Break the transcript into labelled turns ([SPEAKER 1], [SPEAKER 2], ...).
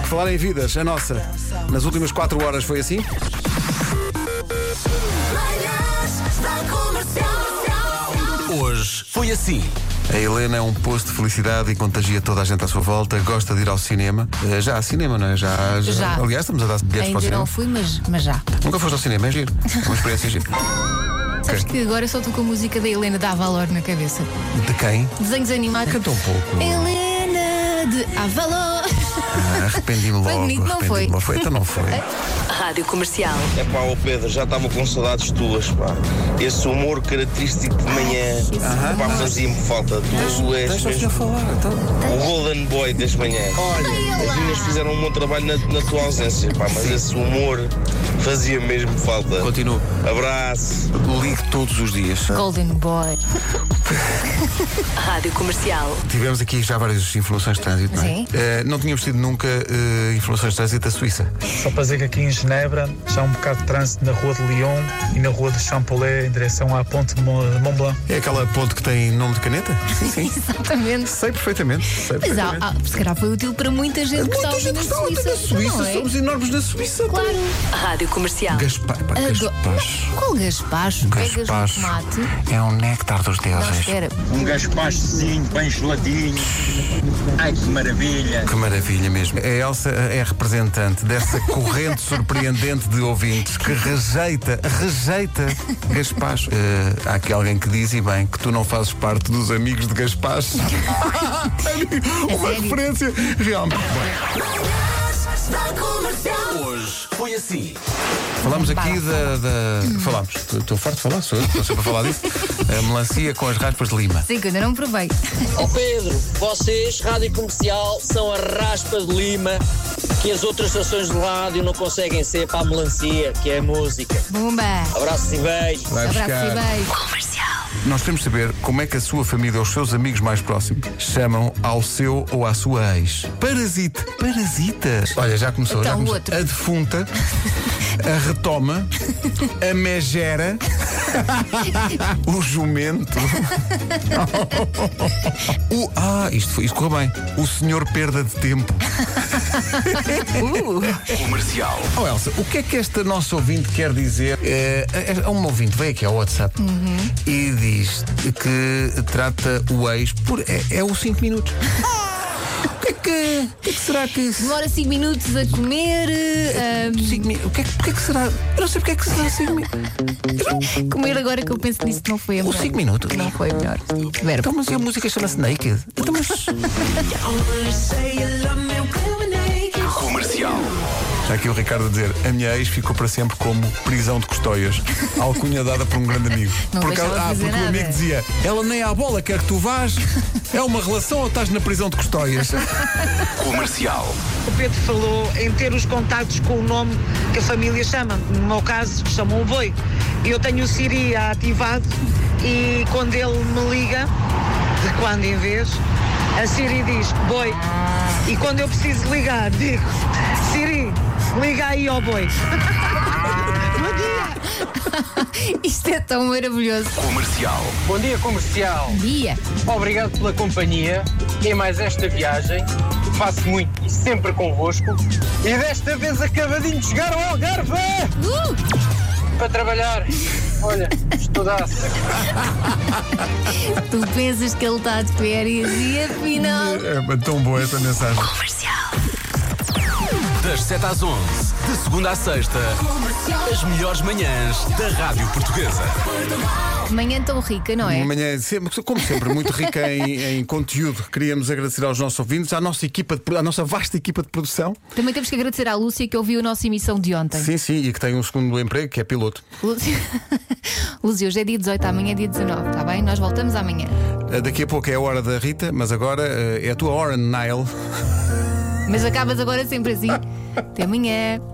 [SPEAKER 1] Falar em vidas, a nossa. Nas últimas 4 horas foi assim?
[SPEAKER 2] Manhãs da Comercial.
[SPEAKER 3] Hoje foi assim.
[SPEAKER 4] A Helena é um poço de felicidade e contagia toda a gente à sua volta, gosta de ir ao cinema. Eh, Já há cinema, não é? Já, já.
[SPEAKER 5] Já.
[SPEAKER 4] Aliás, estamos a dar bilhetes para o
[SPEAKER 5] Ainda
[SPEAKER 4] cinema.
[SPEAKER 5] não fui, mas, mas já.
[SPEAKER 4] Nunca foste ao cinema, é giro. É uma experiência gira.
[SPEAKER 5] Sabes que agora só estou com a música da Helena dá valor na cabeça.
[SPEAKER 4] De quem?
[SPEAKER 5] Desenhos animados.
[SPEAKER 4] Canta um pouco.
[SPEAKER 5] Helena de Há valor.
[SPEAKER 4] Ah, Arrependi-me logo.
[SPEAKER 5] bonito, não
[SPEAKER 4] arrependi-me
[SPEAKER 5] foi?
[SPEAKER 4] logo. Então não foi.
[SPEAKER 6] Rádio Comercial.
[SPEAKER 7] É pá, ô Pedro, já estava com saudades tuas, pá. Esse humor característico de manhã, pá, fazia-me falta. Tu és
[SPEAKER 4] Deixa-me
[SPEAKER 7] mesmo
[SPEAKER 4] falar. Então.
[SPEAKER 7] o Golden Boy das manhãs. As minhas fizeram um bom trabalho na, na tua ausência, pá, mas esse humor fazia mesmo falta.
[SPEAKER 4] Continuo.
[SPEAKER 7] Abraço.
[SPEAKER 4] Ligo todos os dias.
[SPEAKER 5] Golden Boy.
[SPEAKER 6] Rádio Comercial.
[SPEAKER 4] Tivemos aqui já várias informações de trânsito, não é?
[SPEAKER 5] Sim.
[SPEAKER 4] Eh, não tínhamos tido nunca eh, informações de trânsito da Suíça.
[SPEAKER 8] Só para dizer que aqui em Genebra já há um bocado de trânsito na Rua de Lyon e na Rua de Champollet em direção à Ponte de Mont Mont Blanc.
[SPEAKER 4] É aquela ponte que tem nome de caneta? Sim, sim.
[SPEAKER 5] Exatamente.
[SPEAKER 4] Sei perfeitamente. Sei
[SPEAKER 5] Mas há,
[SPEAKER 4] perfeitamente.
[SPEAKER 5] há- se calhar foi útil para muita gente que está a
[SPEAKER 4] Muita
[SPEAKER 5] ouvir
[SPEAKER 4] gente
[SPEAKER 5] na
[SPEAKER 4] está muito
[SPEAKER 5] Suíça.
[SPEAKER 4] na
[SPEAKER 5] não
[SPEAKER 4] Suíça,
[SPEAKER 5] é?
[SPEAKER 4] somos enormes na Suíça.
[SPEAKER 5] Claro.
[SPEAKER 6] Rádio Comercial.
[SPEAKER 4] Gaspar, pá,
[SPEAKER 5] Agora-
[SPEAKER 4] gaspacho. Um
[SPEAKER 5] Qual gaspacho? Pegas
[SPEAKER 4] Gaspacho.
[SPEAKER 5] no tomate.
[SPEAKER 4] É um néctar dos
[SPEAKER 5] Não,
[SPEAKER 4] deuses.
[SPEAKER 5] espera.
[SPEAKER 9] Um gaspachozinho bem geladinho. Ai que maravilha!
[SPEAKER 4] Que maravilha mesmo. A Elsa é representante dessa corrente surpreendente de ouvintes que rejeita, rejeita Gaspacho. Eh, há aqui alguém que diz, e bem, que tu não fazes parte dos amigos de Gaspacho. Uma
[SPEAKER 5] sério?
[SPEAKER 4] referência realmente.
[SPEAKER 2] Manhãs da Comercial.
[SPEAKER 3] Hoje foi assim.
[SPEAKER 4] Falámos aqui da. da- Falámos. Estou- Estou farto de falar, sou eu, estou sempre a falar disso. A melancia com as raspas de lima.
[SPEAKER 5] Sim, que eu ainda não provei.
[SPEAKER 10] Ó Pedro, vocês, Rádio Comercial, são a raspa de Lima que as outras estações de rádio não conseguem ser para a melancia, que é a música.
[SPEAKER 5] Bomba.
[SPEAKER 10] Abraços e beijos.
[SPEAKER 4] Vai
[SPEAKER 5] Abraço e beijo.
[SPEAKER 4] Nós queremos saber como é que a sua família ou os seus amigos mais próximos chamam ao seu ou à sua ex. Parasita. Parasita. Olha, já começou.
[SPEAKER 5] Então,
[SPEAKER 4] já começou.
[SPEAKER 5] outro.
[SPEAKER 4] A defunta, a retoma, a megera, o jumento. o, ah, isto, foi, isto correu bem. O senhor perda de tempo.
[SPEAKER 5] Uh.
[SPEAKER 3] Comercial.
[SPEAKER 4] Oh Elsa, o que é que esta nossa ouvinte quer dizer? É, é, é uma ouvinte veio aqui ao WhatsApp e diz que trata o ex por. É, é o 5 minutos. o que é que. O que, é que será que.
[SPEAKER 5] Demora 5 minutos a comer, eh,
[SPEAKER 4] cinco mi- o que é que, porque é que será? Eu não sei porque é que será 5 minutos.
[SPEAKER 5] ah, comer agora que eu penso nisso não foi a
[SPEAKER 4] O
[SPEAKER 5] melhor.
[SPEAKER 4] 5 minutos.
[SPEAKER 5] Não foi a melhor. Verbo.
[SPEAKER 4] Então, mas a música chama-se Naked. Então, mas.
[SPEAKER 3] Comercial.
[SPEAKER 4] Está Tá aqui o Ricardo a dizer: a minha ex ficou para sempre como prisão de custóias, alcunha dada por um grande amigo.
[SPEAKER 5] Não
[SPEAKER 4] por
[SPEAKER 5] deixava de
[SPEAKER 4] ah,
[SPEAKER 5] dizer
[SPEAKER 4] porque o
[SPEAKER 5] nada.
[SPEAKER 4] amigo dizia: ela nem à bola quer que tu vás, é uma relação ou estás na prisão de custóias? É,
[SPEAKER 3] Comercial.
[SPEAKER 11] O Pedro falou em ter os contactos com o nome que a família chama. No meu caso, chamam o boi. Eu tenho o Siri ativado e quando ele me liga, de quando em vez, a Siri diz boi. E quando eu preciso ligar, digo Siri, liga aí ao boi. Bom dia!
[SPEAKER 5] Isto é tão maravilhoso.
[SPEAKER 3] Comercial.
[SPEAKER 10] Bom dia, Comercial.
[SPEAKER 5] Dia.
[SPEAKER 10] Obrigado pela companhia em mais esta viagem. Faço muito e sempre convosco. E desta vez acabadinho de chegar ao Algarve
[SPEAKER 5] Uh!
[SPEAKER 10] para trabalhar. Olha, estudasse.
[SPEAKER 5] Tu pensas que ele está de férias e afinal.
[SPEAKER 4] é tão boa essa mensagem.
[SPEAKER 3] Das 7 às 11, de segunda à sexta, as melhores manhãs da Rádio Portuguesa.
[SPEAKER 5] Manhã tão rica, não é?
[SPEAKER 4] Uma manhã, sempre- como sempre, muito rica em, em conteúdo. Queríamos agradecer aos nossos ouvintes, à nossa equipa, de pro- à nossa vasta equipa de produção.
[SPEAKER 5] Também temos que agradecer à Lúcia que ouviu a nossa emissão de ontem.
[SPEAKER 4] Sim, sim, e que tem um segundo emprego, que é piloto.
[SPEAKER 5] Lúcia... Lúcia, hoje é dia 18, amanhã é dia 19, está bem? Nós voltamos amanhã.
[SPEAKER 4] Uh, Daqui a pouco é a hora da Rita, mas agora ah, uh, é a tua hora, Nile.
[SPEAKER 5] Mas acabas agora sempre assim. Até amanhã.